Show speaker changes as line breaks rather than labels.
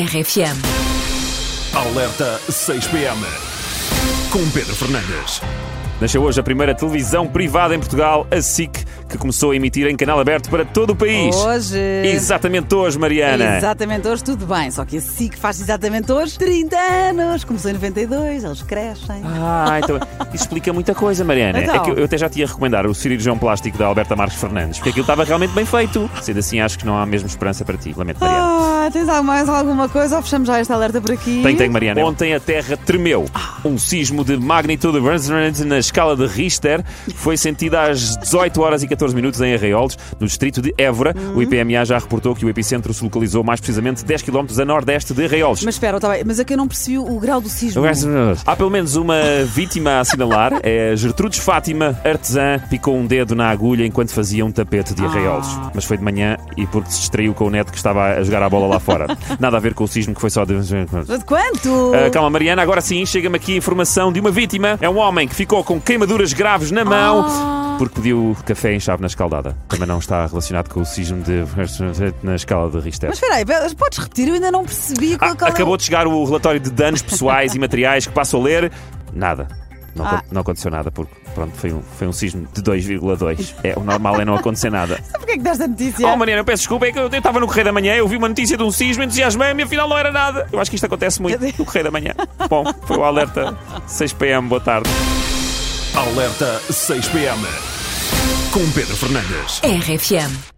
RFM.
Alerta 6PM com Pedro Fernandes.
Nasceu hoje a primeira televisão privada em Portugal, a SIC, que começou a emitir em canal aberto para todo o país.
Hoje.
Exatamente hoje, Mariana.
Exatamente hoje, tudo bem. Só que a SIC faz exatamente hoje 30 anos. Começou em 92, eles crescem.
Ah, então isso explica muita coisa, Mariana.
Então.
É que eu até já te ia recomendar o cirurgião plástico da Alberta Marques Fernandes, porque aquilo estava realmente bem feito. Sendo assim, acho que não há a mesma esperança para ti. Lamento, Mariana.
Ah, tens algo mais alguma coisa ou fechamos já este alerta por aqui?
Tem, tem, Mariana. Ontem a Terra tremeu. Um sismo de magnitude na escala de Richter foi sentido às 18 horas e 14 minutos em Arraiolos, no distrito de Évora. O IPMA já reportou que o epicentro se localizou mais precisamente 10 km a nordeste de Arraiolos.
Mas espera, está bem. Mas é que eu não percebi o grau do sismo.
Há pelo menos uma vítima a assinalar. É Gertrudes Fátima, artesã, picou um dedo na agulha enquanto fazia um tapete de arraiolos. Mas foi de manhã e porque se distraiu com o neto que estava a jogar a bola lá fora. Nada a ver com o sismo que foi só de.
Mas de quanto?
Ah, calma, Mariana, agora sim, chega-me aqui a informação de uma vítima. É um homem que ficou com queimaduras graves na mão.
Ah.
Porque pediu café em chave na escaldada. Também não está relacionado com o sismo de na escala de Richter.
Mas espera aí, mas podes repetir? Eu ainda não percebi qual,
Ah,
qual é o-
acabou de chegar o relatório de danos pessoais e materiais que passo a ler. Nada. Não, acon-
Ah.
não aconteceu nada, porque pronto, foi um, foi um sismo de 2,2. É, o normal é não acontecer nada.
Sabe porquê que deste a notícia?
Oh, Mariana, eu peço desculpa, é que eu eu estava no Correio da Manhã, eu vi uma notícia de um sismo, entusiasmei-me e afinal não era nada. Eu acho que isto acontece muito no Correio da Manhã. Bom, foi o alerta 6 pm, boa tarde.
Alerta 6PM com Pedro Fernandes.
RFM.